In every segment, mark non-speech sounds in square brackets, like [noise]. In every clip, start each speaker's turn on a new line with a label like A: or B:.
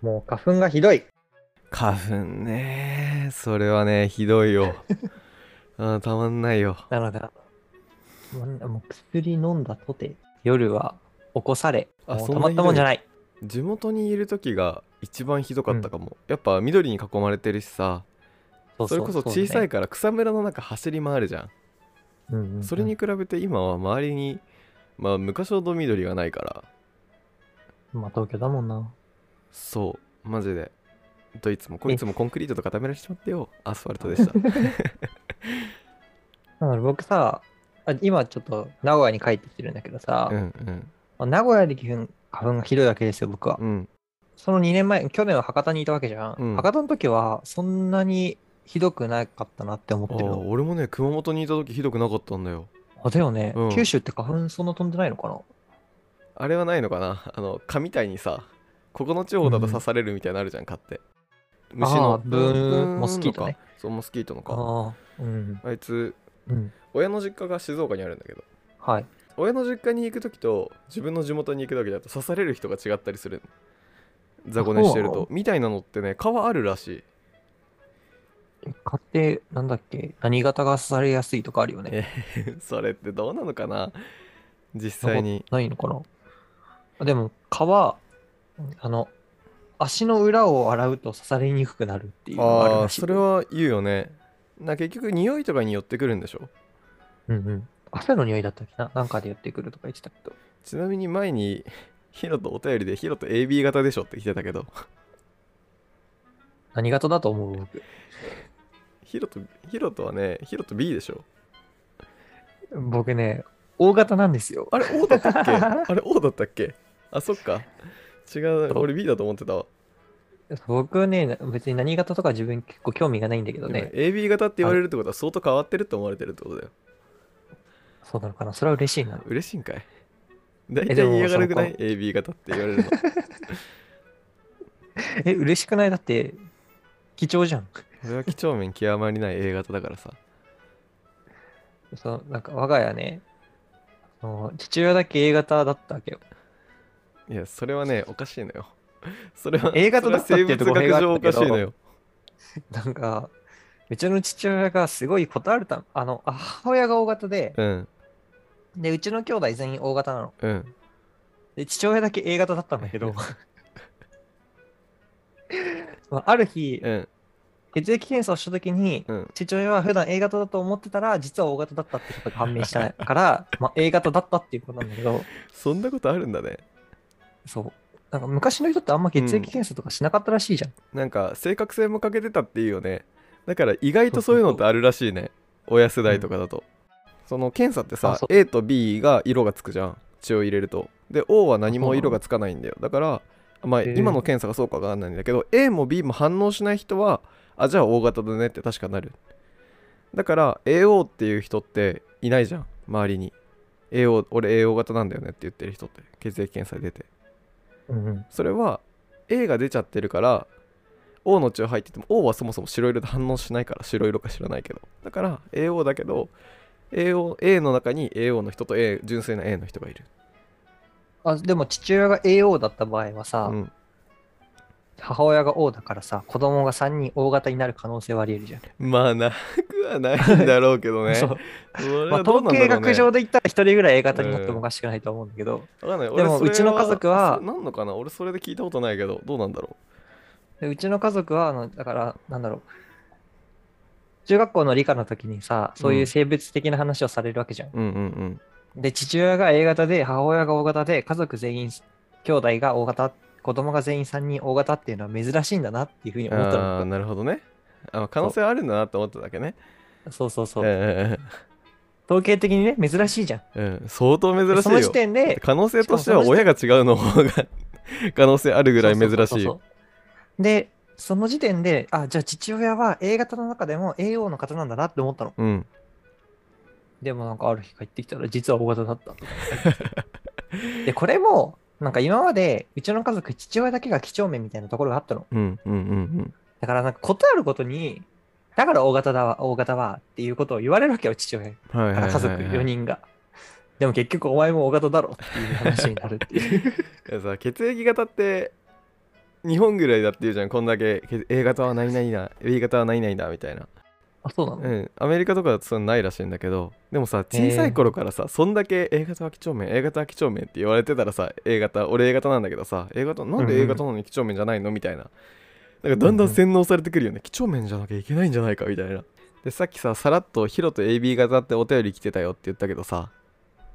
A: もう花粉がひどい。
B: 花粉ねそれはねひど
C: [laughs]
B: いよあーたまんないよ
C: なので、もうもう薬飲んだとて、夜は起こされ、
B: あ
C: もう
B: そ
C: た
B: んな
C: まったもんじゃない。
B: 地元にいる時が一番ひどかったかも、やっぱ緑に囲まれてるしさ
C: そ
B: それこそ小さい
C: か
B: から草むらの中走り回るじゃん、
C: ら、うんうんうん
B: それに比べて今は周りにまあ昔ほど緑がないから
C: まあ東京だもんな。
B: そうマジでどいつもこいつもコンクリートと固められちまってよアスファルト
C: [laughs]
B: でした
C: だから僕さ、あ今ちょっと名古屋に帰ってきてるんだけどさ、
B: うんうん
C: まあ名古屋で花粉花粉がひどいだけですよ、僕は。
B: うん
C: その2年前、去年は博多にいたわけじゃん。
B: うん
C: 博多の時は、そんなにひどくなかったなって思っ
B: あ
C: てる
B: ー
C: の。
B: 俺もね熊本にいた時ひどくなかったんだよ
C: あだよね、
B: うん
C: 九州って花粉そんな飛んでないのかな
B: あれはないのかな [laughs] あの蚊みたいにさここの地方だと刺されるみたいなのあるじゃん蚊って虫
C: あー
B: の
C: ブーンモスキートね
B: のかそうモスキートのか
C: ああ、うん。
B: あいつ
C: うん。
B: 親の実家が静岡にあるんだけど
C: はい。
B: 親の実家に行く時と自分の地元に行く時だと刺される人が違ったりするの雑魚寝してる
C: そうな
B: と
C: の
B: みたいなのってね蚊はあるらしい [laughs]
C: 買って、なんだっけ、何型が刺されやすいとかあるよね。
B: えそれってどうなのかな実際に
C: ないのかなあでも、皮、あの、足の裏を洗うと刺されにくくなるっていうのがある
B: ああ
C: ら
B: ー
C: しい。
B: それは言うよねな結局匂いとかに寄ってくるんでしょ
C: うんうん。汗の匂いだったっけななんかでやってくるとか言ってたけど。
B: ちなみに前に [laughs] ヒロとお便りでヒロと AB 型でしょって来てたけど [laughs]
C: 何型だと思う僕。
B: ヒロとヒロとはねヒロと B でしょ
C: 僕ね、大型なんですよ。
B: あれ O だった
C: [laughs]
B: っけあれ O だったっけあそっか違う俺 B だと思ってたわ、
C: 僕ね、別に何型とか自分結構興味がないんだけど
B: でも
C: ね、
B: AB 型って言われるってことは相当変わってると思われてるってことだよ
C: そうなのかな、それは嬉しいな。
B: 嬉しいんかい大
C: え
B: 体
C: でも
B: 嫌がるくない
C: そ
B: AB 型って言われるの
C: え、嬉しくないだって、貴重じゃん。
B: 俺は几帳面極まりない A 型だからさ
C: そのなんか我が家ね、その父親だけ A 型だったわけよ。 [laughs]
B: いやそれはねおかしいのよそれは
C: A 型だったっていうと
B: それは生物学上おかしいの
C: 語弊があ
B: よ
C: なんか、うちの父親がすごいことあるたあの、母親が O 型で、
B: うん
C: で、うちの兄弟全員 O 型なの。
B: うん
C: で、父親だけ A 型だったんだけ [laughs] ど、そのある日、
B: うん
C: 血液検査をしたときに、
B: うん
C: 父親は普段 A 型だと思ってたら、実は O 型だったってことが判明したから、 [laughs] まあ A 型だったっていうことなんだけど、
B: そんなことあるんだね
C: そう。なんか昔の人ってあんま血液検査とかしなかったらしいじゃん。
B: なんか正確性も欠けてたっていうよねだから意外とそういうのってあるらし
C: [laughs]
B: いね親世代とかだと、その検査って
C: あ
B: さ
C: そう
B: A と B が色がつくじゃん血を入れるとで O は何も色がつかないんだよだからまあ
C: へえ
B: 今の検査がそうかわかんないんだけど A も B も反応しない人はあじゃあ O 型だねって確かなるだから AO っていう人っていないじゃん周りに AO 俺 AO 型なんだよねって言ってる人って血液検査で出て
C: うんうん、
B: それは A が出ちゃってるから O の血を入ってても O はそもそも白色で反応しないから白色か知らないけどだから AO だけど AO A の中に AO の人と A 純粋な A の人がいる
C: あでも父親が AO だった場合はさ、
B: うん
C: 母親が O だからさ、子供が3人 O 型になる可能性はあり得るじゃん。
B: まあなくはないんだろうけどね
C: そう
B: それ
C: まあ、
B: はどう
C: 統
B: なんだろ
C: 計
B: うね
C: 学上で言ったら1人ぐらい A 型になってもおかしくないと思うんだけど、
B: わかんな
C: で
B: い
C: も
B: 俺そ
C: う
B: れ
C: ちの家族は
B: そうなんのかな俺それで聞いたことないけどどうなんだろ
C: でうちの家族はあの、だから、なんだろう、中学校の理科の時にさ、そういう性別的な話をされるわけじゃん。
B: ううんうん
C: で、父親が A 型で、母親が O 型で、家族全員、兄弟が O 型、子供が全員3人 O 型っていうのは珍しいんだなっていうふうに
B: うん
C: 思った
B: ああ
C: の。
B: なるほどねあ可能性あるんだなと思っただけね
C: そうそうそう。
B: え
C: 統計的にね、珍しいじゃん。
B: えうん相当珍しいよ
C: その時点で、
B: 可能性としては親が違うの方が可能性あるぐらい珍
C: そ
B: し
C: うそう
B: い
C: そうそうで、その時点で、あ、じゃあ父親は A 型の中でも AO の方なんだなって思ったの。
B: うん
C: でもなんかある日帰ってきたら、実は O 型だった。
B: [laughs]
C: で、これも、なんか今まで、うちの家族、父親だけが几帳面みたいなところがあったの。
B: うんうんうん
C: だから、なんか、ことあることに、だから O 型だわ、O 型は、っていうことを言われるわけよ、父親。
B: うんはいはいはいはい
C: 家族4人が。でも結
B: [laughs]
C: 局、お前も O 型だろっていう話になるっていう。
B: いやさ血液型って日本ぐらいだって言うじゃんこんだけけ A 型は何々だ B 型は何々だみたいな
C: あ、そうなの、
B: うんアメリカとかだとそんなないらしいんだけどでもさ小さい頃からさ、そんだけ A 型は几帳面 A 型は几帳面って言われてたらさ A 型俺 A 型なんだけどさ A 型なんで A 型なのに几帳面じゃないのみたいななんかだんだん洗脳されてくるよね几帳面じゃなきゃいけないんじゃないかみたいなでさっきささらっとヒロと AB 型ってお便り来てたよって言ったけどさ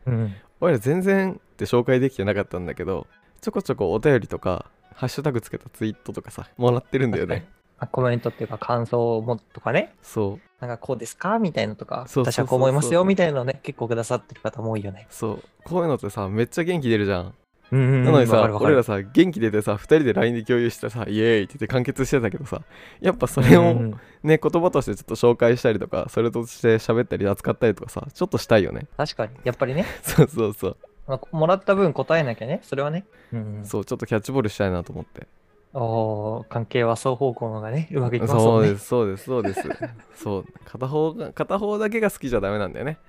C: うん。
B: 俺ら全然って紹介できてなかったんだけどちょこちょこお便りとかハッシュタグつけたツイートとかさもらってるんだよ [laughs] ね
C: あコメントっていうか感想もとかね、
B: そう
C: なんかこうですかみたいなとか、
B: そうそう
C: 私
B: そうそう
C: はこう思いますよみたいなのね、結構くださってる方も多いよね。
B: そうこういうのってさめっちゃ元気出るじゃん
C: うんうんうん。
B: なのにさ、
C: わかるわか
B: 俺
C: る
B: らさ元気出てさ2人で LINE で共有してさイエーイって言って完結してたけどさやっぱそれ
C: うんう
B: を
C: ん
B: ね言葉としてちょっと紹介したりとかそれとして喋ったり扱ったりとかさちょっとしたいよね [laughs]
C: 確かに、やっぱりね、
B: そうそうそう
C: まあもらった分答えなきゃね、それはね。うんうん、
B: そうちょっとキャッチボールしたいなと思って
C: おー関係は双方向のがね、うまくいきます
B: そ
C: もん
B: う
C: ね。
B: ですそうですそうですそう片方が片方だけが好きじゃダメなんだよね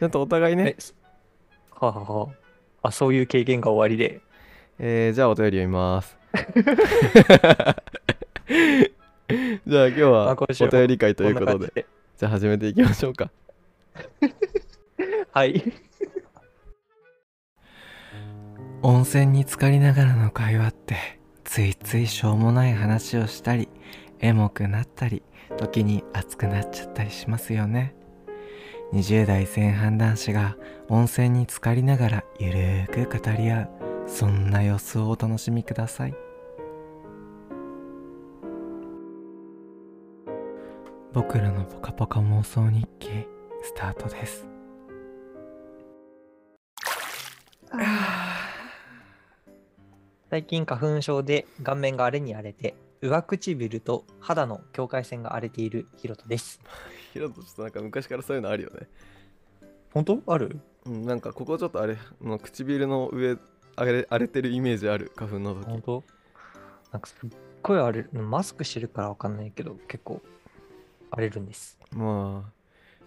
B: ちゃんとお互いね
C: えすはあはあはああ、そういう経験が終わりで。
B: えー、じゃあお便り読みます
C: [laughs]
B: じゃあ今日は
C: まあ
B: お
C: 今週も
B: 便り会と
C: こ
B: い
C: ん
B: う
C: な
B: こと
C: 感じ
B: で
C: で。
B: じゃあ始めていきましょうか
C: はい。
B: 温泉に浸かりながらの会話ってついついしょうもない話をしたりエモくなったり時に熱くなっちゃったりしますよね20代前半男子が温泉に浸かりながらゆるーく語り合うそんな様子をお楽しみください僕らのポカポカ妄想日記スタートです
C: 最近花粉症で顔面が荒れに荒れて、上唇と肌の境界線が荒れているヒロトです。
B: ヒロトちょっとなんか昔からそういうのあるよね
C: 本当ある
B: うん、なんかここちょっとあれの唇の上荒れ荒れてるイメージある花粉の時
C: 本当なんかすっごい荒れる。マスクしてるからわかんないけど、結構荒れるんです。
B: まあ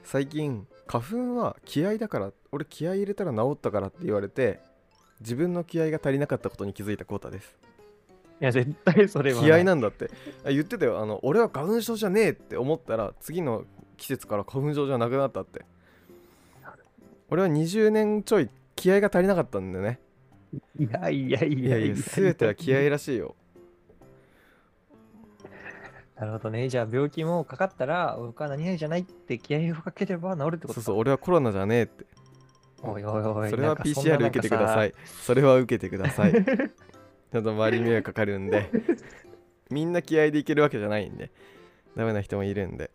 B: 最近花粉は気合だから俺気合入れたら治ったからって言われて自分の気合が足りなかったことに気づいたコウタです
C: いや、絶対それは
B: 気合なんだってあ言ってたよあの俺は花粉症じゃねえって思ったら次の季節から花粉症じゃなくなったって俺は20年ちょい気合が足りなかったんだよね
C: いやいやい
B: い
C: や
B: や
C: い
B: い
C: や
B: や全ては気合らしいよ
C: なるほどね。じゃあ病気もかかったら、僕は何々じゃないって気合をかければ治るってこと
B: そうそう俺はコロナじゃねえって
C: おいおいおい。
B: それ
C: なん
B: は
C: かんな
B: PCR 受けてくださ
C: なん
B: い。それは受けてください。ち
C: かさ。
B: ょっと周りに迷惑かかるんで、みんな気合でいけるわけじゃないんで、ダメな人もいるんで。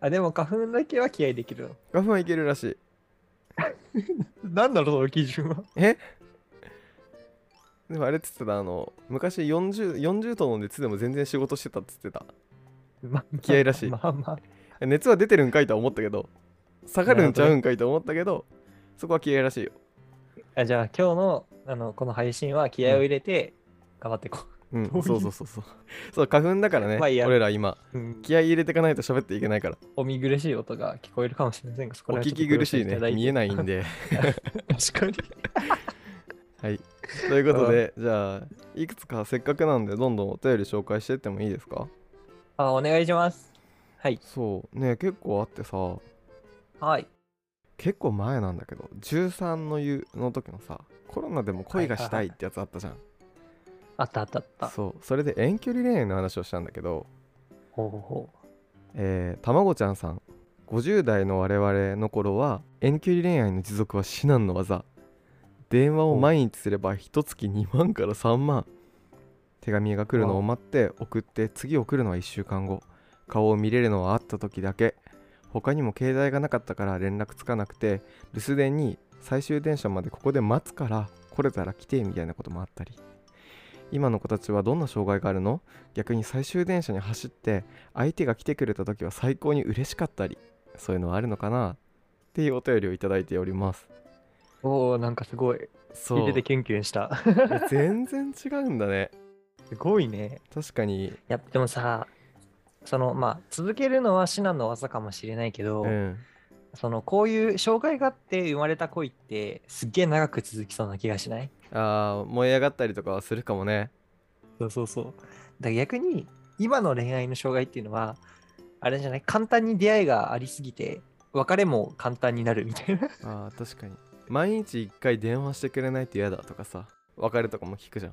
C: あ、でも花粉だけは気合できるの。
B: 花粉はいけるらしい。
C: なんだろう、その基準は。
B: えでもあれっつってた、あの、昔40、40度の熱でも全然仕事してたっつってた。
C: まあ
B: 気合らしい
C: まあまあ。
B: [laughs] 熱は出てるんかいとは思ったけど、下がるんちゃうんかいと思ったけど、そこは気合らしいよ。
C: あじゃあ今日のあのこの配信は気合を入れて頑張っていこ
B: うん
C: どうい、う
B: そうそうそうそう。そう、花粉だからね、
C: まあいいや
B: 俺ら今、
C: う。
B: 気合入れてかないと喋っていけないから、
C: お見苦しい音が聞こえるかもしれませんが、そこ
B: お
C: ら
B: 聞き苦しいね、見えないん
C: で。
B: で。
C: 確かに。
B: はい。ということで、じゃあ、いくつかせっかくなんで、どんどんお便り紹介してってもいいですか
C: あ、お願いします。はい。
B: そう。ね結構あってさ、
C: はい。
B: 結構前なんだけど、13の湯の時のさ、コロナでも恋がしたいってやつあったじゃん。
C: あったあったあった。
B: そう。それで遠距離恋愛の話をしたんだけど、
C: ほうほうほう。
B: えー、たまごちゃんさん、50代の我々の頃は、遠距離恋愛の持続は至難の技。電話を毎日すれば、一月2万から3万。手紙が来るのを待って送って次送るのは1週間後顔を見れるのは会った時だけ他にも携帯がなかったから連絡つかなくて留守電に最終電車までここで待つから来れたら来てみたいなこともあったり今の子たちはどんな障害があるの逆に最終電車に走って相手が来てくれた時は最高に嬉しかったりそういうのはあるのかなっていうお便りをいただいております
C: おおなんかすごい。
B: そう
C: 入れてキュンキュンした。 [laughs]
B: いや全然違うんだね
C: すごいね。
B: 確かに
C: いや、でもさ、そのまあ、続けるのは至難の技かもしれないけど、
B: うん
C: そのこういう障害があって生まれた恋って、すっげえ長く続きそうな気がしない
B: あー燃え上がったりとかはするかもね
C: そうそうそう。だから逆に、今の恋愛の障害っていうのは、あれじゃない簡単に出会いがありすぎて、別れも簡単になるみたいな。
B: あー確かに毎日一回電話してくれないと嫌だとかさ別れとかも聞くじゃん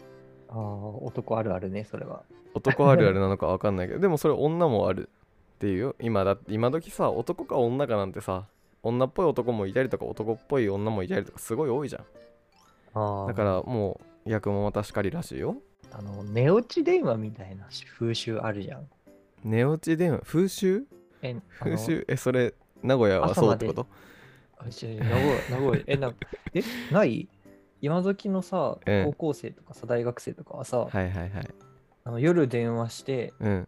C: ああ、男あるあるね、それは。
B: 男あるあるなのか分かんないけどでもそれ女もあるっていうよ今だ今時さ男か女かなんてさ女っぽい男もいたりとか男っぽい女もいたりとかすごい多いじゃん
C: あ
B: だ
C: だ
B: か
C: から
B: もう役もまたしかりらしいよ
C: ら、あの、寝落ち電話みたいな風習あるじゃん。
B: 寝落ち電話風習
C: え、あの
B: 風習えそれ名古屋はそうってこと
C: あ違う違う名古
B: [laughs]
C: 屋、名古屋、え、なんか、え、ない今時のさ、
B: うん
C: 高校生とかさ、大学生とかはさ、
B: はいはいはい
C: あの夜電話して、
B: うん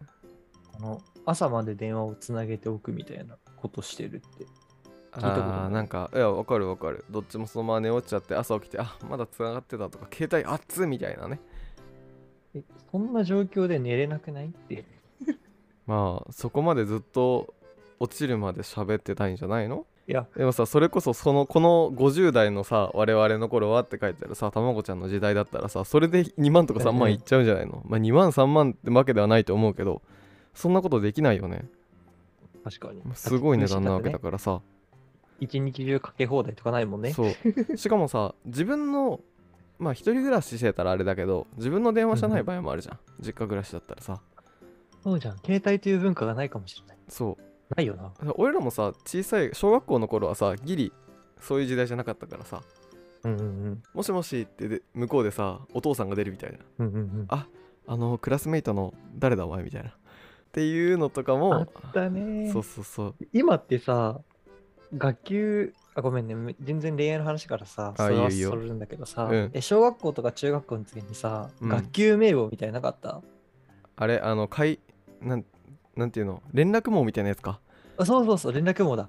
C: あの朝まで電話をつなげておくみたいなことしてるって。
B: あ
C: いたことない
B: ーなんかいやわかるわかるどっちもそのまま寝落ちちゃって朝起きてあまだ繋がってたとか携帯熱っみたいなね
C: え、そんな状況で寝れなくないって。
B: まあそこまでずっと落ちるまで喋ってたいんじゃないの
C: いや、
B: でもさそれこそそのこの50代のさ我々の頃はって書いてあるさたまごちゃんの時代だったらさそれで2万とか3
C: うんう
B: 万
C: ん
B: いっちゃうんじゃないの、まあ、2万3万ってわけではないと思うけどそんなことできないよね
C: 確かに。
B: すごい値段なわけ
C: だ
B: だ
C: って
B: からさ、
C: 一日中かけ放題とかないもんね。
B: そうしかもさ自分のまあ一人暮らししてたらあれだけど自分の電話じゃない場合もあるじゃん、実家暮らしだったらさ
C: そうじゃん。携帯という文化がないかもしれない。
B: そ
C: ないよな。
B: う俺らもさ小さい小学校の頃はさギリそういう時代じゃなかったからさ
C: うんうんうん。
B: もしもしってで向こうでさお父さんが出るみたいな
C: うんうんうん。
B: ああのクラスメイトの誰だお前みたいなっていうのとかも
C: あったね
B: そうそうそう
C: 今ってさ、学級、あ、ごめんね。め全然恋愛の話からさ、
B: あ
C: それはい
B: いよいいよ
C: それるんだけどさ、
B: うん
C: え、小学校とか中学校の時にさ、
B: うん
C: 学級名簿みたいなのなかった
B: あれあのかいなんなんていうの連絡網みたいなやつか
C: あそうそうそう、連絡網だ。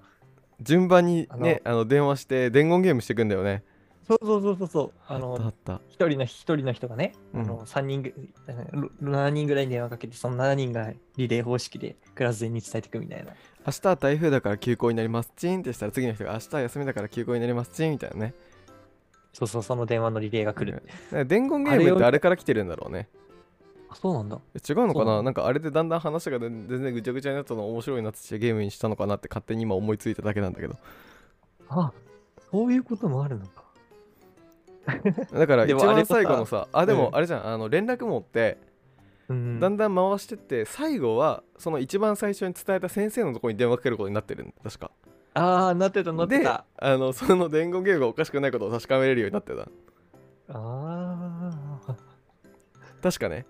B: 順番にねあの電話して伝言ゲームしてくんだよね
C: そうそうそうそうそう。あ
B: あったあ
C: の、
B: った
C: 一人の一人の人がね、
B: うん
C: あの三人ぐ、7人ぐらいに電話かけて、その7人がリレー方式でクラス全員に伝えていくみたいな。
B: 明日は台風だから休校になりますチーンってしたら次の人が明日は休みだから休校になりますチーンみたいなね
C: そうそう、その電話のリレーが来る。
B: うん伝言ゲームって
C: あれを
B: あれから来てるんだろうね
C: あ、そうなんだ。
B: 違うのか
C: そうな
B: な
C: の
B: なんかあれでだんだん話が全然ぐちゃぐちゃになったの面白いなってきてゲームにしたのかなって勝手に今思いついただけなん
C: [laughs]
B: だけど
C: あ、そういうこともあるのか。
B: だから一
C: でもあれ
B: 番
C: とさ
B: 最後のさあで
C: う
B: も
C: ん
B: あれじゃん、あの連絡網って
C: うん。
B: だんだん回してって最後はその一番最初に伝えた先生のところに電話かけることになってるんだ確か
C: ああ、なってた、なって
B: で
C: た
B: あ。のその伝言ゲームがおかしくないことを確かめれるようになってた
C: ああ。
B: 確かね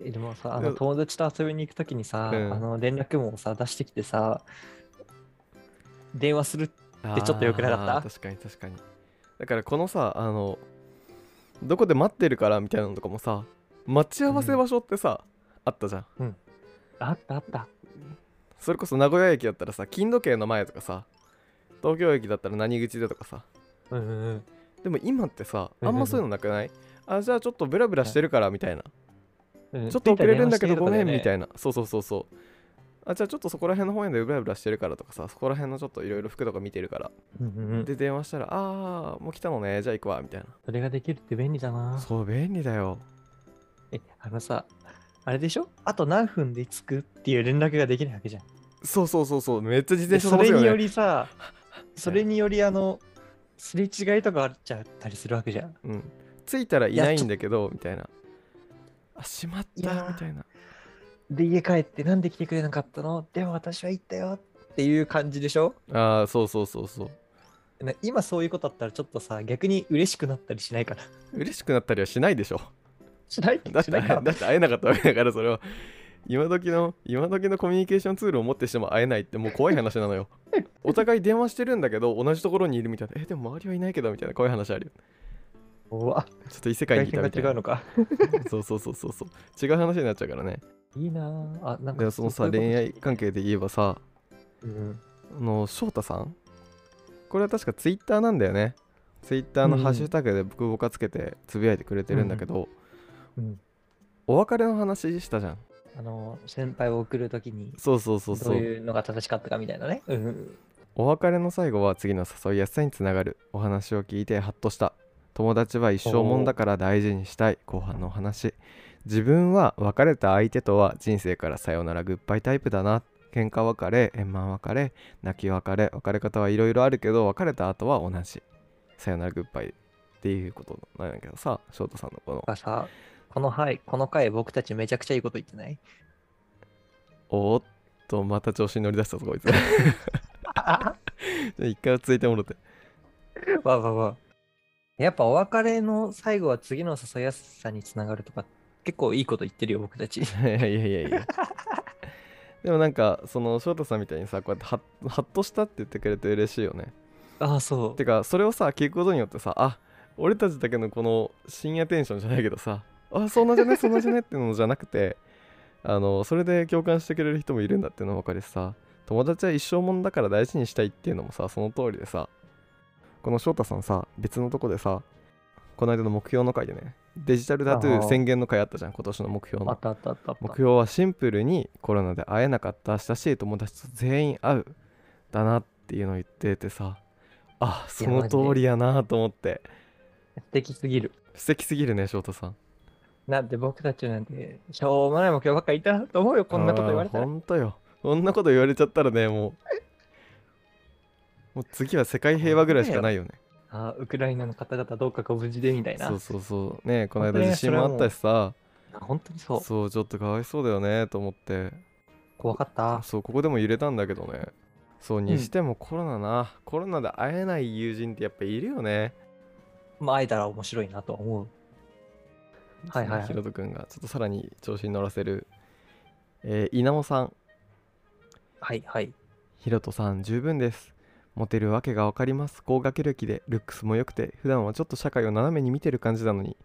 C: えでもさ、あ
B: で
C: の友達と遊びに行くときにさ、
B: うん
C: あの連絡網をさ、出してきてさ、電話する。でちょっと良くなかった
B: あー確かに確かにだからこのさあのどこで待ってるからみたいなのとかもさ待ち合わせ場所ってさ、あったじゃん
C: あったあった。
B: それこそ名古屋駅だったらさ金時計の前とかさ東京駅だったら何口でとかさ
C: うんうんうん。
B: でも今ってさ
C: うん
B: あ
C: うんうん
B: んまそういうのなくない、あじゃあちょっとブラブラしてるからみたいな、
C: うん
B: ちょっと遅れるんだけどごめんみ
C: い
B: た
C: ない
B: な、そうそうそうそうあじゃあちょっとそこら辺の方へでブラブラしてるからとかさそこら辺のちょっといろいろ服とか見てるから、。
C: うんうんうん
B: で電話したらああもう来たのねじゃあ行くわみたいな
C: それができるって便利だな。
B: そう便利だよ
C: え、あのさ、あれでしょあと何分で着くっていう連絡ができないわけじゃん。
B: そうそうそうそうめっちゃ自
C: で
B: 転車
C: そ
B: 飛ば
C: れ
B: すよ
C: に
B: ね
C: より
B: [laughs]
C: さ、それによりあの、すれ違いとかあっちゃったりするわけじゃん。
B: うん、着いたらいないんだけどみたいなあ閉まっ
C: いや
B: た
C: ー
B: みたいな
C: で、家帰ってなんで来てくれなかったのでも私は行ったよっていう感じでしょ
B: ああそうそうそうそう
C: な今そういうことだったらちょっとさ、逆に嬉しくなったりしない
B: [laughs]
C: かな。
B: 嬉しくなったりはしないでしょ
C: しない
B: だ
C: [laughs]
B: っ
C: してないか
B: だって会えなかったわけだからそれは今時の今時のコミュニケーションツールを持ってしても会えないってもう怖い話
C: [laughs]
B: なのよお互い電話してるんだけど同じところにいるみたいなえでも周りはいないけどみたいな怖い話あるよ
C: うわ、
B: ちょっと異世界
C: 外
B: にいた
C: 見が
B: みたい
C: [laughs] 違う
B: な
C: のか。
B: そうそうそうそうそう違う話になっちゃうからね
C: いいなぁあ、なん
B: で
C: か
B: そのさ
C: ういうこと
B: 恋愛関係で言えばさ
C: うん
B: あの翔太さんこれは確かツイッターなんだよねツイッターのハッシュタグで僕僕がつけてつぶやいてくれてるんだけど、
C: うん。
B: お別れの話したじゃん
C: あの、先輩を送るときに、
B: そうそうそうそ
C: ど
B: う
C: ういうのが正しかったかみたいなね。うんうん。
B: お別れの最後は次の誘いやすさにつながるお話を聞いてハッとした友達は一生もんだから大事にしたい後半のお話自分は別れた相手とは人生からさよならグッバイタイプだな喧嘩別れ円満別れ泣き別れ別れ方はいろいろあるけど別れた後は同じさよならグッバイっていうことなんだけどさ翔太さんのこの
C: なんかさ、この回、この回僕たちめちゃくちゃいいこと言ってない [laughs]
B: おーっとまた調子に乗り出したぞこいつ [laughs]
C: わ
B: 一回ついてもろて
C: わわ。やっぱお別れの最後は次の誘いやすさにつながるとか、結構いいこと言ってるよ、僕
B: [laughs]
C: たち。
B: いやいやいやいやでもなんかその翔太さんみたいにさこうやってはっはっとしたって言ってくれて嬉しいよね
C: ああ、そう。
B: てかそれをさ聞くことによってさあ俺たちだけのこの深夜テンションじゃないけどさあそんなじゃねそんなじゃねってのじゃなくてあのそれで共感してくれる人もいるんだっていうのも分かるしさ友達は一生もんだから大事にしたいっていうのもさその通りでさこの翔太さんさ別のとこでさこの間の目標の回でねデジタルタトゥー宣言の回あったじゃん今年の目標
C: [laughs] あ
B: の
C: ったあったあったあった
B: 目標はシンプルにコロナで会えなかった親しい友達と全員会うだなっていうのを言っててさあその通りやなと思って
C: 素敵すぎる。
B: 素敵すぎるね翔太さん
C: なんで僕たちなんて、しょうもない目標ばっかり言ったなと思うよ、こんなこと言われた
B: あー
C: ら。
B: ほんとよこんなこと言われちゃったらねも
C: [laughs]
B: うもう次は世界平和ぐらいしかないよね
C: あーウクライナの方々どうかご無事でみたいな。
B: そうそうそうねこの
C: 本当
B: 間
C: にね
B: 地震もあったしさ
C: あ本当にそう。
B: そうちょっとかわいそうだよねと思って
C: 怖かった。
B: そうここでも揺れたんだけどねそう
C: うん
B: にしてもコロナな、コロナで会えない友人ってやっぱいるよね
C: まあ、会えたら面白いなとは思う。はいはいはい
B: ひろとくんがちょっとさらに調子に乗らせる、えー稲尾さん
C: はいはい。
B: ひろとさん十分ですモテるわけがわかります高学歴でルックスも良くて普段はちょっと社会を斜めに見てる感じなのに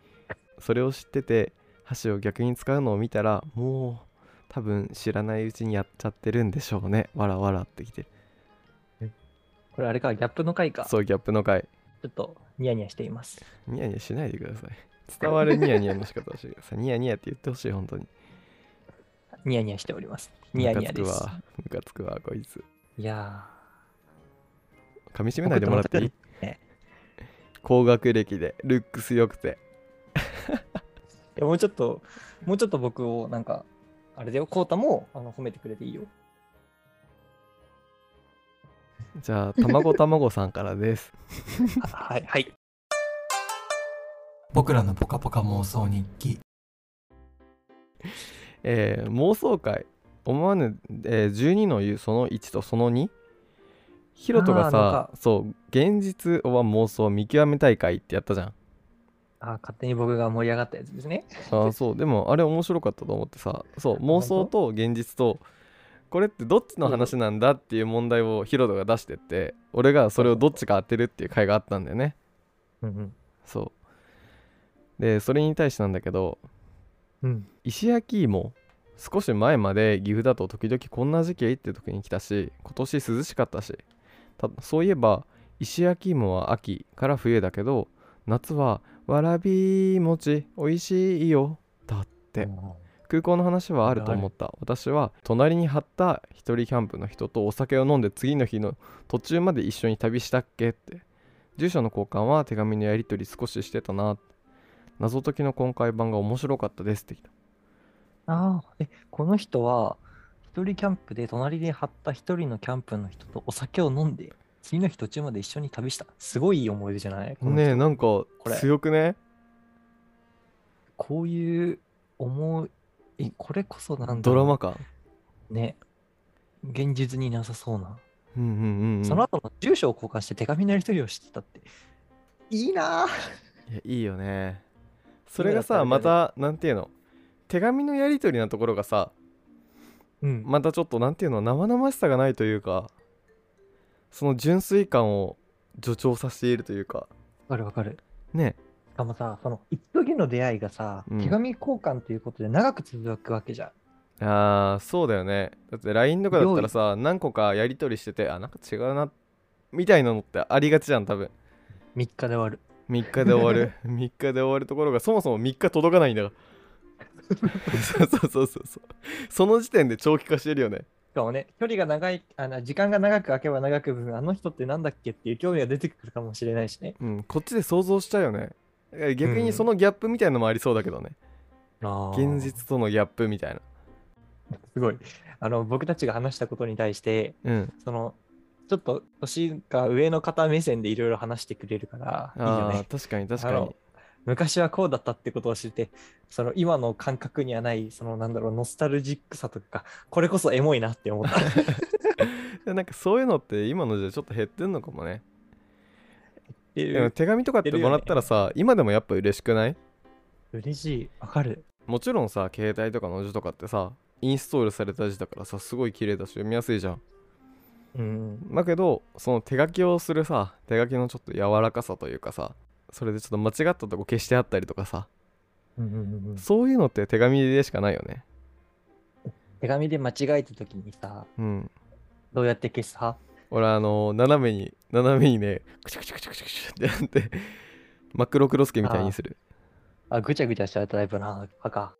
B: それを知ってて箸を逆に使うのを見たらもう多分知らないうちにやっちゃってるんでしょうねわらわらってきてる
C: これあれか、ギャップの回か。ち
B: そうギャップの回
C: ょっとニヤニヤしています。
B: ニヤニヤしないでください伝わるニヤニヤの仕方をしてくださいニヤニヤって言ってほしい本当に
C: ニヤニヤしております。ニヤニヤです
B: ムカつく。わムカつくわこいつ
C: いや
B: 噛み締めないでもらっていい
C: 送ってもらっ
B: 高学歴でルックス良くて
C: ーいやもうちょっと、もうちょっと僕をなんか、あれだよ、コウタもあの褒めてくれていいよ。
B: じゃあたまごたまごさんからです
C: あ [laughs] はいはい。
A: 僕らのポカポカ妄想日記
B: [laughs] えー妄想会思わぬ、えー12の言うその1とその2ヒロト
C: あ
B: が
C: ーなん
B: さ
C: か
B: そう現実は妄想を見極め大会ってやったじゃんあ
C: あー勝手に僕が盛り上がったやつですね。
B: ーそうでもあれ面白かったと思ってさそう妄想と現実とこれってどっちの話なんだっていう問題をヒロトが出してって俺がそれをどっちか当てるっていう会があったんだよね
C: うんうん。
B: そうでそれに対してなんだけど
C: うん。
B: 石焼き芋少し前まで岐阜だと時々こんな時期へって時に来たし今年涼しかったしたそういえば石焼き芋は秋から冬だけど夏はわらび餅美味しいよだって空港の話はあると思った私は隣に張った一人キャンプの人とお酒を飲んで次の日の途中まで一緒に旅したっけって住所の交換は手紙のやり取り少ししてたな謎解きの今回版が面白かったですってきた
C: ああ、え、この人は、一人キャンプで隣で張った一人のキャンプの人とお酒を飲んで、次の日途中まで一緒に旅した。すごいいい思い出じゃないこの人
B: ねえなんか
C: れ
B: 強くね
C: こういう思い、え、これこそなんだ
B: ド
C: ろ
B: ラ
C: う
B: マ感
C: ね。現実になさそうな。
B: うんうんうんうん
C: その後の住所を交換して手紙のやり取りをしてたって。いいなぁ。
B: いやいいよねそれがさ
C: 今だ
B: ま
C: ったら
B: たなんていうの手紙のやり取りなところがさ
C: うん。
B: またちょっとなんていうの生々しさがないというかその純粋感を助長させているというか
C: わかるわかる。
B: ね
C: しかもさ、その一時の出会いがさ、
B: うん
C: 手紙交換ということで長く続くわけじゃん。
B: あーそうだよねだって LINE とかだったらさ何個かやり取りしててあなんか違うなみたいなのってありがちじゃん多分
C: 3日で終わる。
B: 3日で終わ [laughs] る3日で終わるところがそもそも3日届かないんだから [laughs] そうそうそうそうそうその時点で長期化してるよね
C: しかもね、距離が長い、あの時間が長く空けば長く分、あの人ってなんだっけっていう興味が出てくるかもしれないしね。
B: うんこっちで想像しちゃうよねだから逆にそのギャップみたいのもありそうだけどね、
C: あー
B: 現実とのギャップみたいな
C: すごい。あの、僕たちが話したことに対して、
B: うん
C: その、ちょっと年が上の方目線でいろいろ話してくれるから、いいよ
B: あー
C: ね。
B: 確かに確
C: あ
B: かに
C: の昔はこうだったってことを知って、その今の感覚にはない、そのなんだろう、ノスタルジックさとか、これこそエモいなって思 [laughs] った。
B: でなんかそういうのって今の時代ちょっと減ってんのかもね
C: ってい
B: でも
C: う
B: 手紙とかってもらったらさ、今でもやっぱ嬉しくない
C: 嬉しい。わかる。
B: もちろんさ携帯とかの字とかってさインストールされた字だからさすごい綺麗だし読みやすいじゃん
C: うん。
B: だけどその手書きをするさ手書きのちょっと柔らかさというかさそれでちょっと間違ったとこ消してあったりとかさ
C: うんうんうんうん
B: そういうのって手紙でしかないよね
C: 手紙で間違えた時にさ、
B: うん
C: どうやって消す派
B: 俺あの斜めに斜めにねクチュクチュクチュクチュクチュってやってマクロクロスケみたいにする
C: あ、ぐちゃぐちゃしちゃうタイプな派か。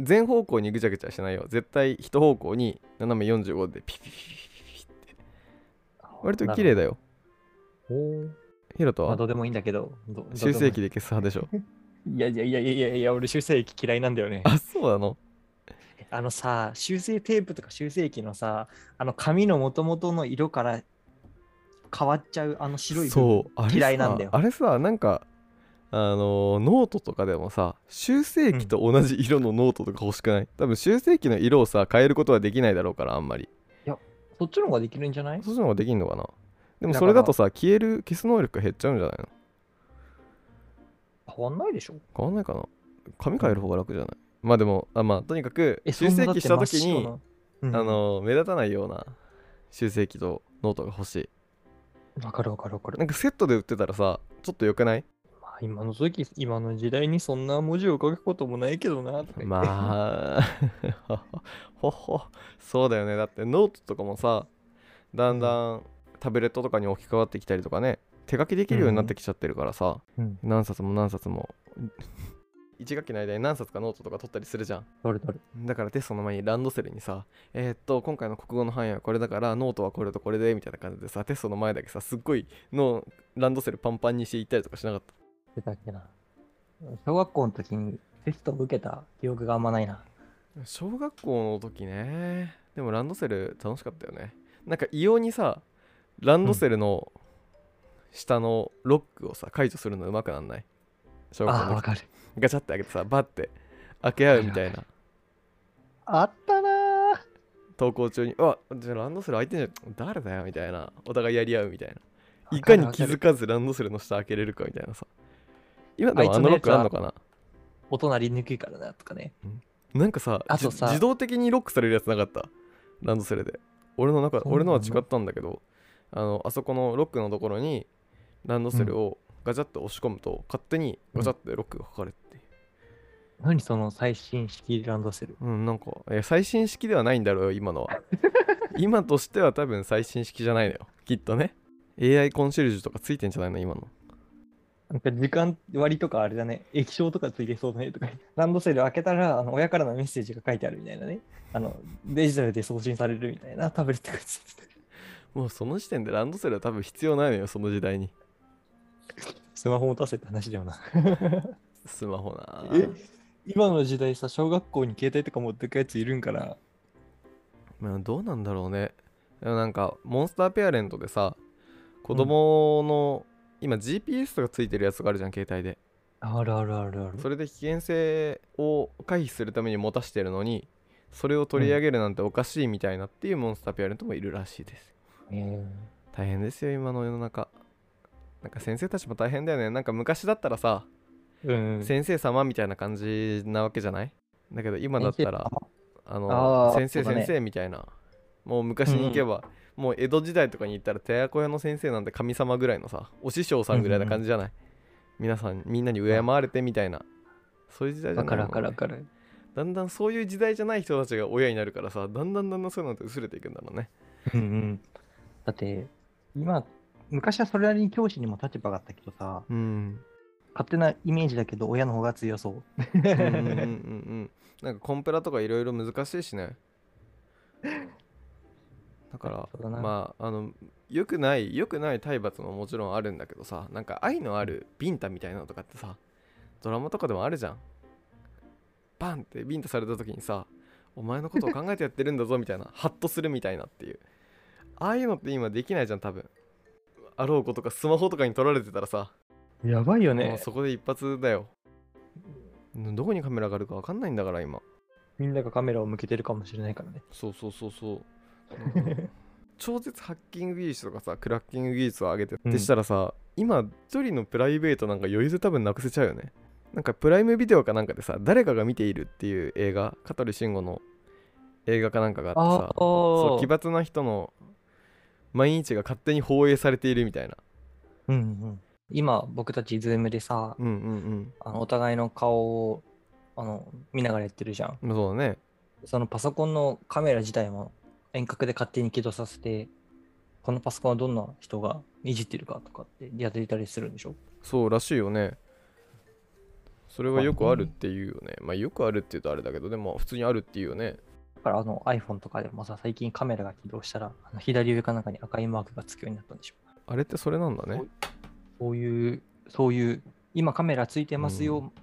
B: 全方向にぐちゃぐちゃしないよ絶対一方向に斜め45度でピピピピピピって割と綺麗だよ
C: なるほど。おー
B: ヒロト
C: まあ、
B: は
C: どうでもいいんだけど。どどうでもい
B: 修
C: い
B: 正器で消す派でしょ
C: いやいやいやいやいやいや、俺修正液嫌いなんだよね。
B: あそうなの
C: あのさ、修正テープとか修正液のさ、あの紙の元々の色から変わっちゃうあの白い部分
B: そうあれ
C: 嫌いなんだよ
B: さあれさなんかあのーノートとかでもさ修正器と同じ色のノートとか欲しくない、多分修正器の色をさ変えることはできないだろうからあんまり
C: そっちの方ができるんじゃない
B: そっちの方ができんのかなでも
C: だから
B: それだとさ消える消す能力が減っちゃうんじゃないの
C: 変わんないでしょ
B: 変わんないかな紙変える方が楽じゃないまあでもあまあとにかく
C: え、
B: 修正器した時
C: そん
B: に
C: なだって真っ白な、
B: あ
C: あの、
B: のー目立たないような修正器とノートが欲しい
C: わかるわかるわかる。
B: なんかセットで売ってたらさちょっと良くない
C: まあ、今の時、今の時代にそんな文字を書くこともないけどな。とか言って [laughs]
B: まあほほそうだよねだってノートとかもさだんだんタブレットとかに置き換わってきたりとかね手書きできるようになってきちゃってるからさ、
C: うん
B: 何冊も何冊も [laughs] 1学期の間に何冊かノートとか取ったりするじゃん
C: どれどれ。
B: だからテストの前にランドセルにさえーっと今回の国語の範囲はこれだからノートはこれとこれでみたいな感じでさテストの前だけさすっごいのランドセルパンパンにしていったりとかしなかった
C: 出たっけな。小学校の時にテストを受けた記憶があんまないな。
B: 小学校の時ねでもランドセル楽しかったよねなんか異様にさランドセルの下のロックをさ解除するのうまくなんない小学校
C: ああ、
B: の
C: わ
B: 時
C: かる。
B: ガチャって開けてさバッて開け合うみたいな
C: あったなー
B: 登校中に「うわじゃあランドセル開いてんじゃん誰だよ」みたいなお互いやり合うみたいないかに気づ
C: く
B: かずランドセルの下開けれるかみたいなさ今でも
C: あい
B: あ
C: つ
B: の
C: の
B: ロ
C: や
B: ッ
C: つ
B: クあ
C: は
B: んのかな
C: お隣抜くからなとかね。
B: なんかさ
C: あ
B: じ
C: とさ
B: 自動的にロックされるやつなかったランドセルで俺の中
C: そうなの
B: 俺のは違ったんだけどあのあそこのロックのところにランドセルをガチャッと押し込むと、勝手にガチャッてロックがかかるっていう、
C: 何その最新式ランドセル。
B: うんなんかいや最新式ではないんだろうよ今
C: [laughs]
B: のは今としては多分最新式じゃないのよきっとね AI コンシェルジュとかついてんじゃないの今の
C: なんか時間割とかあれだね。液晶とかついてそうだねとか。ランドセル開けたら、あの親からのメッセージが書いてあるみたいなね。あのデジタルで送信されるみたいなタブレットがついてる
B: もうその時点でランドセルは多分必要ないのよその時代に
C: スマホ持たせって話だよな。
B: スマホな
C: え今の時代さ、小学校に携帯とか持ってくやついるんから。
B: まあ、どうなんだろうねでもなんかモンスターペアレントでさ子供の、今 GPS とかついてるやつがあるじゃん携帯で
C: あるあるあるある。
B: それで危険性を回避するために持たしてるのにそれを取り上げるなんておかしいみたいなっていうモンスターペアレントもいるらしいです
C: え
B: 大変ですよ今の世の中なんか先生たちも大変だよねなんか昔だったらさ、
C: ーうん。
B: 先生様みたいな感じなわけじゃないだけど今だったらあの
C: あー
B: 先生
C: そうだ
B: 先
C: ね
B: 生みたいな、もう昔に行けば、もう江戸時代とかに行ったら寺子屋の先生なんて神様ぐらいのさお師匠さんぐらいな感じじゃない、皆さんみんなに敬われてみたいなそういう時代じ
C: わ
B: ゃな
C: か
B: い
C: る
B: もん
C: わ
B: ね
C: かるわかる。
B: だんだんそういう時代じゃない人たちが親になるからさだんだんだんだんそういうのって薄れていくんだろうね
C: うんうん、だって今昔はそれなりに教師にも立場があったけどさ
B: うん
C: 勝手なイメージだけど親の方が強そう
B: うんうんうんうんうんなんかコンプラとかいろいろ難しいしねだか
C: そう [laughs]
B: ら
C: だな
B: まああのよくないよくない体罰ももちろんあるんだけどさなんか愛のあるビンタみたいなのとかってさドラマとかでもあるじゃんバンってビンタされた時にさお前のことを考えてやってるんだぞみた
C: [laughs]
B: いなハッとするみたいなっていうああいうのって今できないじゃん多分あろうことかスマホとかに撮られてたらさ、
C: やばいよ
B: もう
C: ね。
B: そこで一発だよどこにカメラがあるか分かんないんだから今
C: みんながカメラを向けてるかもしれないからね。
B: そうそうそう
C: [laughs]
B: そうなんか超絶ハッキング技術とかさクラッキング技術を上げてってしたらさ、今一人のプライベートなんか余裕で多分なくせちゃうよねなんかプライムビデオかなんかでさ誰かが見ているっていう映画香取慎吾の映画かなんかがあってさ
C: あー
B: そう奇抜な人の毎日が勝手に放映されているみたいな
C: うんうん、今、僕たち、ズームでさ、
B: うんうん
C: あのお互いの顔をあの見ながらやってるじゃん。
B: うんそうだね
C: そのパソコンのカメラ自体も遠隔で勝手に起動させて、このパソコンはどんな人がいじってるかとかってやっていたりするんでしょ
B: そうらしいよねそれはよくあるっていうよねまあよくあるって言うとあれだけどでも普通にあるっていうよね
C: だからあの iPhone とかでもさ、最近カメラが起動したら、あの左上かなんかに赤いマークがつくようになったんでしょ
B: あれってそれなんだね
C: そういう、そういう、今カメラついてますよ、
B: う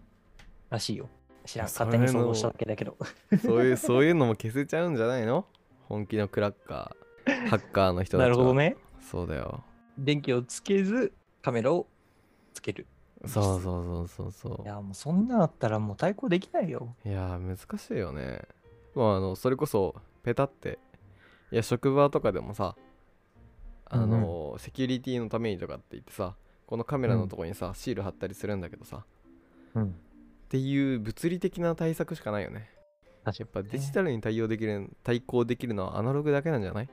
C: らしいよ。知らん、
B: それ
C: 勝手に想像しただけだけど。
B: そういう、そういうのも消せちゃうんじゃないの本気のクラッカー、ハッカーの人たち
C: なる
B: は
C: ほど。ね。
B: そうだよ。
C: 電気をつけず、カメラをつける。
B: そうそうそうそうそ
C: いや、もうそんなだったらもう対抗できないよ。
B: う。いやー、難しいよね。まあ、あの、それこそ、ペタって、いや、職場とかでもさ、あの、セキュリティのためにとかって言ってさ、このカメラのとこにさ、シール貼ったりするんだけどさ、
C: うん。
B: っていう物理的な対策しかないよね。
C: 確
B: やっぱデジタルに対応できる、対抗できるのはアナログだけなんじゃない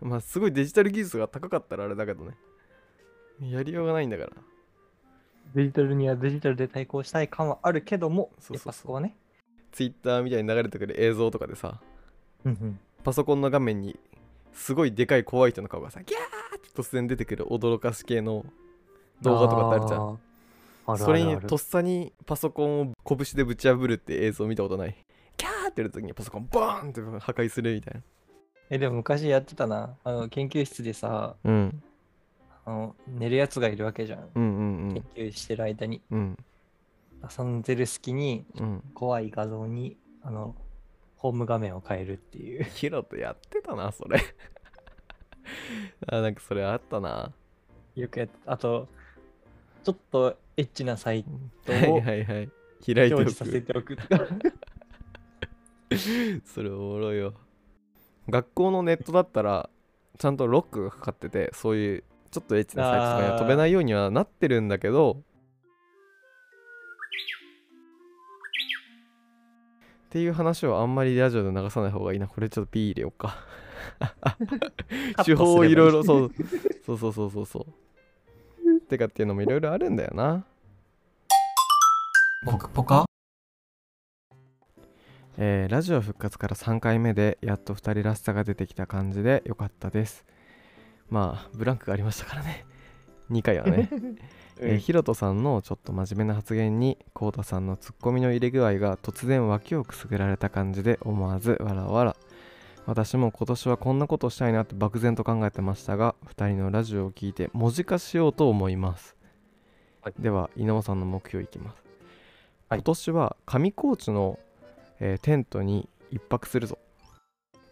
B: まあすごいデジタル技術が高かったらあれだけどね。やりようがないんだから。
C: デジタルにはデジタルで対抗したい感はあるけども、
B: そうそうそう
C: やっぱそこはね。
B: Twitter みたいに流れてくる映像とかでさ、
C: うん
B: パソコンの画面にすごいでかい怖い人の顔がさ、ギャーって突然出てくる驚かし系の動画とかってあるじゃん。
C: ゃ
B: それにとっさにパソコンを拳でぶち破るって映像見たことない。キャーってやるときにパソコンボーンって破壊するみたいな。
C: え、でも昔やってたな。あの、研究室でさ、
B: うん。
C: あの寝るやつがいるわけじゃん。
B: うんうんうん
C: 研。究してる間に、
B: うん。
C: アサンゼルスキに
B: うん。
C: 怖い画像に、あの、ホーム画面を変えるっていう。 [laughs]
B: ヒロとやってたな、それ。 [laughs] あ、なんかそれあったな。
C: よくやっあと、ちょっとエッチなサイト
B: はいはいはい。開いてお
C: 表示させ
B: く。
C: てお
B: [laughs]
C: くとか。
B: それおもろいよ。学校のネットだったら、ちゃんとロックがかかってて、そういうちょっとエッチなサイトとかには
C: あー
B: 飛べないようにはなってるんだけど、っていう話をあんまりラジオで流さない方がいいな。これちょっと P 入れようか。手法をいろいろそうそうそうそうそうそうてかっていうのもいろいろあるんだよな
A: ポクポカ
B: えーラジオ復活から3回目でやっと2人らしさが出てきた感じでよかったですまあブランクがありましたからね2回は
C: [laughs]
B: ね、えー、ひろとさんのちょっと真面目な発言にこうたさんのツッコミの入れ具合が突然脇をくすぐられた感じで思わずわらわら私も今年はこんなことしたいなって漠然と考えてましたが2人のラジオを聞いて文字化しようと思います、
C: はい
B: では稲尾さんの目標いきます、
C: はい
B: 今年は上高地のえーテントに一泊するぞ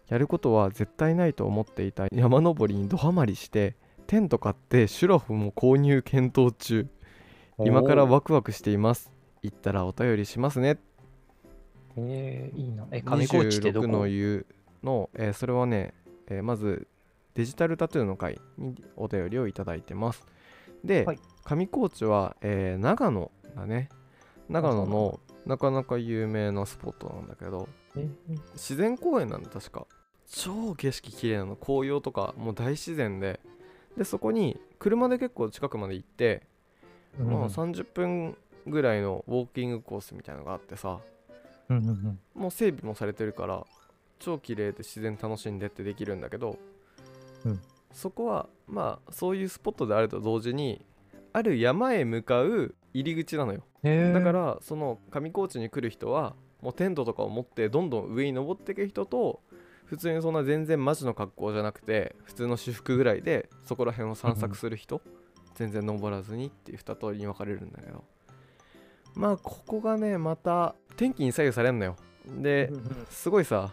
B: やることは絶対ないと思っていた山登りにドハマりしてテント買ってシュラフも購入検討中今からワクワクしています行ったらお便りしますね
C: えー、いいな。え、上高地ってど
B: 26
C: こ
B: の湯の、えーそれはね、えーまずデジタルタトゥーの会にお便りをいただいてますで、
C: はい
B: 上高地は、えー長野だね長野のなかなか有名なスポットなんだけど
C: え
B: 自然公園なんで確か超景色綺麗なの紅葉とかもう大自然ででそこに車で結構近くまで行って、まあ、30分ぐらいのウォーキングコースみたいなのがあってさ
C: うんうんうん
B: もう整備もされてるから超綺麗で自然楽しんでってできるんだけど、
C: うん
B: そこはまあそういうスポットであると同時にある山へ向かう入り口なのよ
C: へー
B: だからその上高地に来る人はもうテントとかを持ってどんどん上に登っていく人と普通にそんな全然マジの格好じゃなくて普通の私服ぐらいでそこら辺を散策する人、全然登らずにっていう2通りに分かれるんだけどまあここがねまた天気に左右されんのよですごいさ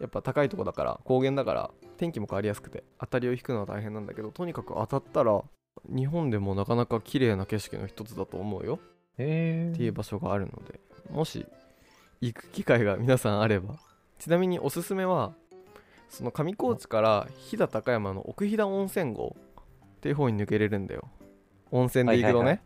B: やっぱ高いとこだから高原だから天気も変わりやすくて当たりを引くのは大変なんだけどとにかく当たったら日本でもなかなか綺麗な景色の一つだと思うよ
C: え
B: っていう場所があるのでもし行く機会が皆さんあればちなみにおすすめはその上高地から飛騨高山の奥飛騨温泉郷っていう方に抜けれるんだよ温泉で行く
C: はい
B: とね、
C: はいはい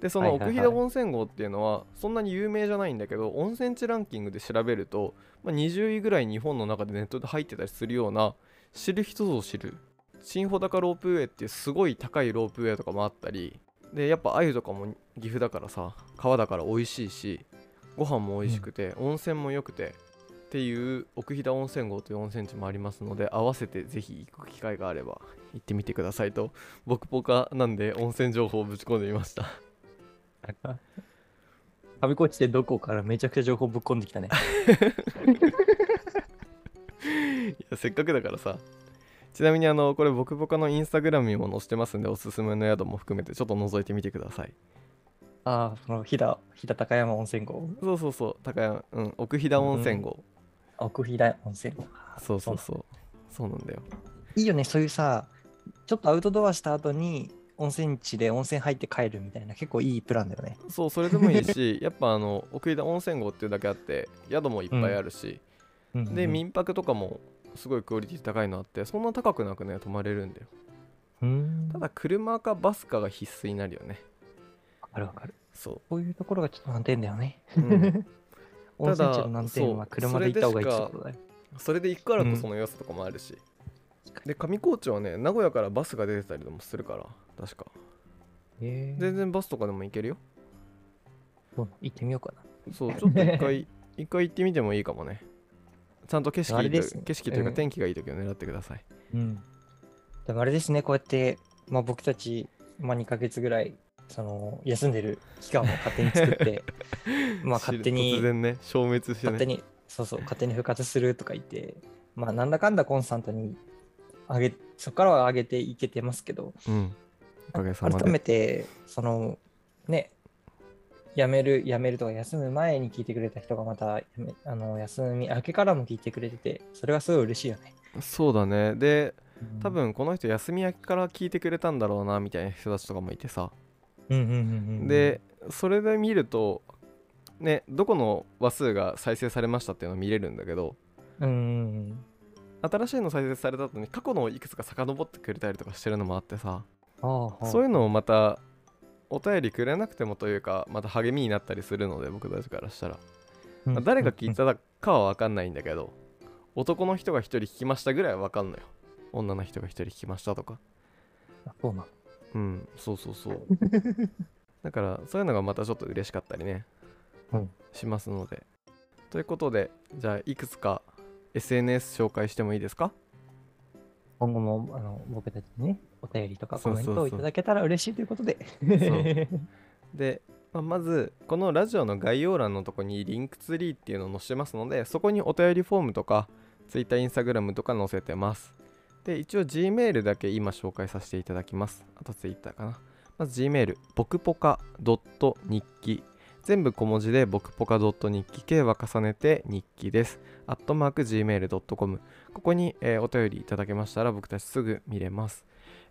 B: でその奥飛騨温泉郷っていうのはそんなに有名じゃないんだけど温泉地ランキングで調べると、まあ、20位ぐらい日本の中でネットで入ってたりするような知る人ぞ知る新穂高ロープウェイっていうすごい高いロープウェイとかもあったりでやっぱ鮎とかも岐阜だからさ川だから美味しいしご飯も美味しくて、温泉も良くてっていう奥飛騨温泉郷という温泉地もありますので合わせてぜひ行く機会があれば行ってみてくださいと僕ポカなんで温泉情報をぶち込んでみました [laughs]
C: [laughs] 旅コーチでどこからめちゃくちゃ情報ぶっ込んできたね。 [laughs]
B: いやせっかくだからさちなみにあのこれ僕ポカのインスタグラムにも載せてますんでおすすめの宿も含めてちょっと覗いてみてください
C: ああ、その飛騨、飛騨高山温泉郷、
B: そうそうそう高山うん奥飛騨温泉郷、
C: 奥飛騨温泉郷。
B: そうそうそうそうなんだよ
C: いいよね、そういうさ、ちょっとアウトドアした後に温泉地で温泉入って帰るみたいな、結構いいプランだよね。
B: そうそれでもい
C: [laughs]
B: いしやっぱあの奥飛騨温泉郷っていうだけあって宿もいっぱいあるし、で
C: うん
B: 民泊とかもすごいクオリティ高いのあってそんな高くなくね泊まれるんだよ
C: うん、
B: ただ車かバスかが必須になるよね
C: わかるわかる。
B: そ
C: こういうところがちょっと難点だよね。 [laughs]
B: う、うん、
C: 温泉地
B: ただ
C: の難点は
B: そう
C: 車で行った方がいいってところだよ。
B: それで行くからこその良さとかもあるし、で上高地はね名古屋からバスが出てたりもするから確か
C: へえ
B: 全然バスとかでも行けるよ
C: そう行ってみようかな。
B: そうちょっと一
C: [laughs]
B: 回一回行ってみてもいいかもねちゃんと景色いい
C: あれです
B: と
C: ね
B: 景色というか
C: うん
B: 天気がいい時を狙ってください、
C: うん。でもあれですね、こうやって、まあ、僕たち、まあ、2ヶ月ぐらい、その、休んでる期間を勝手に作
B: [laughs]
C: って、 [laughs] まあ、勝手
B: 突
C: に、
B: 然ね消滅して
C: 勝手
B: ね
C: に、そうそう、勝手に復活するとか言って、まあ、なんだかんだコンスタントに、上げ、そこからは上げていけてますけど、
B: うんおかげさ
C: 改
B: まで
C: めて、その、ね、辞める、辞めるとか休む前に聞いてくれた人がまた、やめあの休み明けからも聞いてくれてて、それはすごい嬉しいよね。
B: そうだねで多、分この人休み明けから聞いてくれたんだろうなみたいな人たちとかもいてさ、
C: うんうんうんうんうん、
B: でそれで見るとねどこの話数が再生されましたっていうの見れるんだけど
C: うんうんうん、
B: 新しいの再生された後に過去のいくつか遡ってくれたりとかしてるのもあってさ
C: ああ
B: そういうのをまたお便りくれなくてもというかまた励みになったりするので僕たちからしたら、
C: うん
B: まあ誰が聞いたかは分かんないんだけど男の人が1人聞きましたぐらいは分かんのよ女の人が1人聞きましたとか
C: あそうなん
B: うんそうそうそう
C: [laughs]
B: だからそういうのがまたちょっと嬉しかったりね、
C: うん
B: しますのでということでじゃあいくつか SNS 紹介してもいいですか
C: 今後もあの僕たちにね、お便りとかコ
B: そう
C: メ
B: そう
C: ン
B: そう
C: トをいただけたら嬉しいということで。 [laughs]
B: で、まあまずこのラジオの概要欄のとこにリンクツリーっていうのを載せてますのでそこにお便りフォームとか Twitter、Instagram とか載せてますで一応 Gmail だけ今紹介させていただきますあと Twitter かなまず Gmail 僕ポカドット日記全部小文字で僕ポカドット日記 K は重ねて日記ですアットマーク Gmail.com ここに、えーお便りいただけましたら僕たちすぐ見れます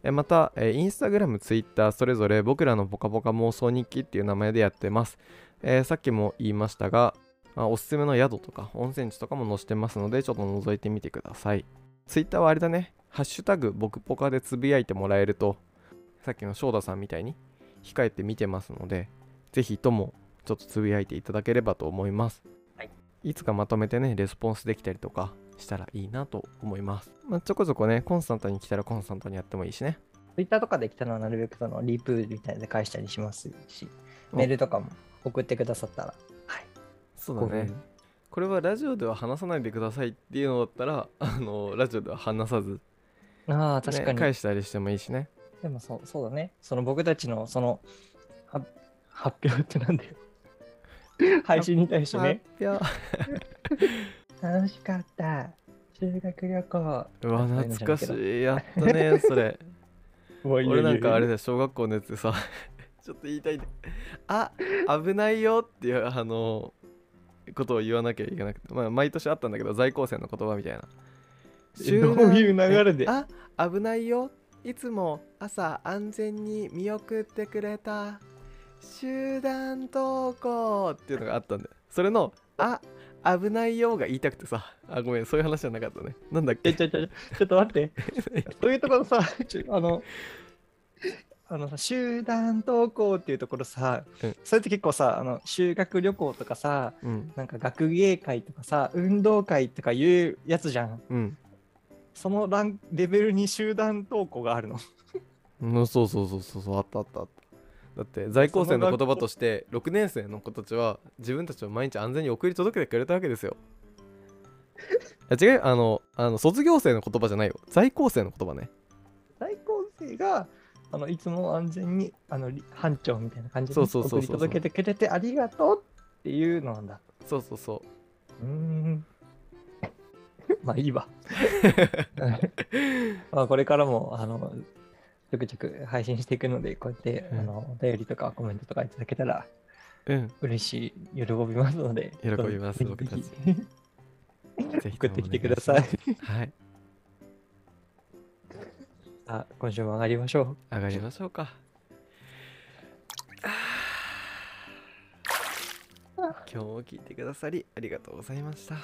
B: えーまた、えー、インスタグラム、ツイッター、それぞれ僕らのぽかぽか妄想日記っていう名前でやってます。えーさっきも言いましたが、まあおすすめの宿とか温泉地とかも載せてますので、ちょっと覗いてみてください。ツイッターはあれだね、ハッシュタグ僕ぽかでつぶやいてもらえると、さっきの翔太さんみたいに控えて見てますので、ぜひともちょっとつぶやいていただければと思います。
C: はい、
B: いつかまとめてね、レスポンスできたりとかしたらいいなと思います。まあ、ちょこちょこね、コンスタントに来たらコンスタントにやってもいいしね。
C: Twitter とかで来たのはなるべくそのリプみたいで返したりしますし、
B: お
C: メールとかも送ってくださったら。はい。
B: そうだね。これはラジオでは話さないでくださいっていうのだったら、あのラジオでは話さず、ね
C: ああ、確かに。
B: 返したりしてもいいしね。
C: でもそうそうだね。その僕たちのそのは発表ってなんだ
B: [laughs]
C: よ。配信に対してね。
B: いや、
C: 楽しかった。修学旅行。
B: うわ、懐かしい。やったね、それ。
C: いやいやいや。
B: 俺なんかあれだよ、小学校のやつでさ、 [laughs] ちょっと言いたいんであ危ないよっていうあのことを言わなきゃいけなくて、まあ、毎年あったんだけど在校生の言葉みたいな
C: えどういう流れで
B: あ危ないよいつも朝安全に見送ってくれた集団登校っていうのがあったんでそれのあ危ないよが言いたくてさあごめんそういう話じゃなかったねなんだっ
C: え
B: け
C: ちょちょちょちょっと待って。そういうところさ、ちょあの、あのさ集団登校っていうところさ、
B: うん
C: それって結構さ、あの修学旅行とかさ、
B: うん
C: なんか学芸会とかさ、運動会とかいうやつじゃん。
B: うん
C: そのランレベルに集団登校があるの。
B: うん、そうそうそうそうそうあったあったあっただって在校生の言葉として6年生の子たちは自分たちを毎日安全に送り届けてくれたわけで
C: [laughs]
B: すよあ違うよあのあの卒業生の言葉じゃないよ在校生の言葉ね
C: 大校生があのいつも安全にあのり班長みたいな感じで
B: そう
C: ね
B: そう
C: 送
B: そうそう
C: り届けてくれてありがとうっていうのなんだ。
B: そうそうそう
C: うーん。まあいい [laughs] わ。まあこれからも、あの、ちょくちょく配信していくので、こうやって、
B: うん
C: あのお便りとかコメントとかいただけたら
B: うん
C: 嬉しい、喜びますので。
B: 喜びます
C: どうぞぜひぜひ
B: ぜひ
C: 送ってきてください。
B: はい
C: あ、今週も上がりましょう。
B: 上がりましょうかあー今日も聞いてくださりありがとうございました
C: あ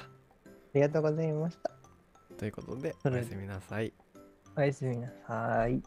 C: りがとうございました。
B: ということで
C: そ
B: お
C: れ
B: やすみなさい
C: おやすみなさい。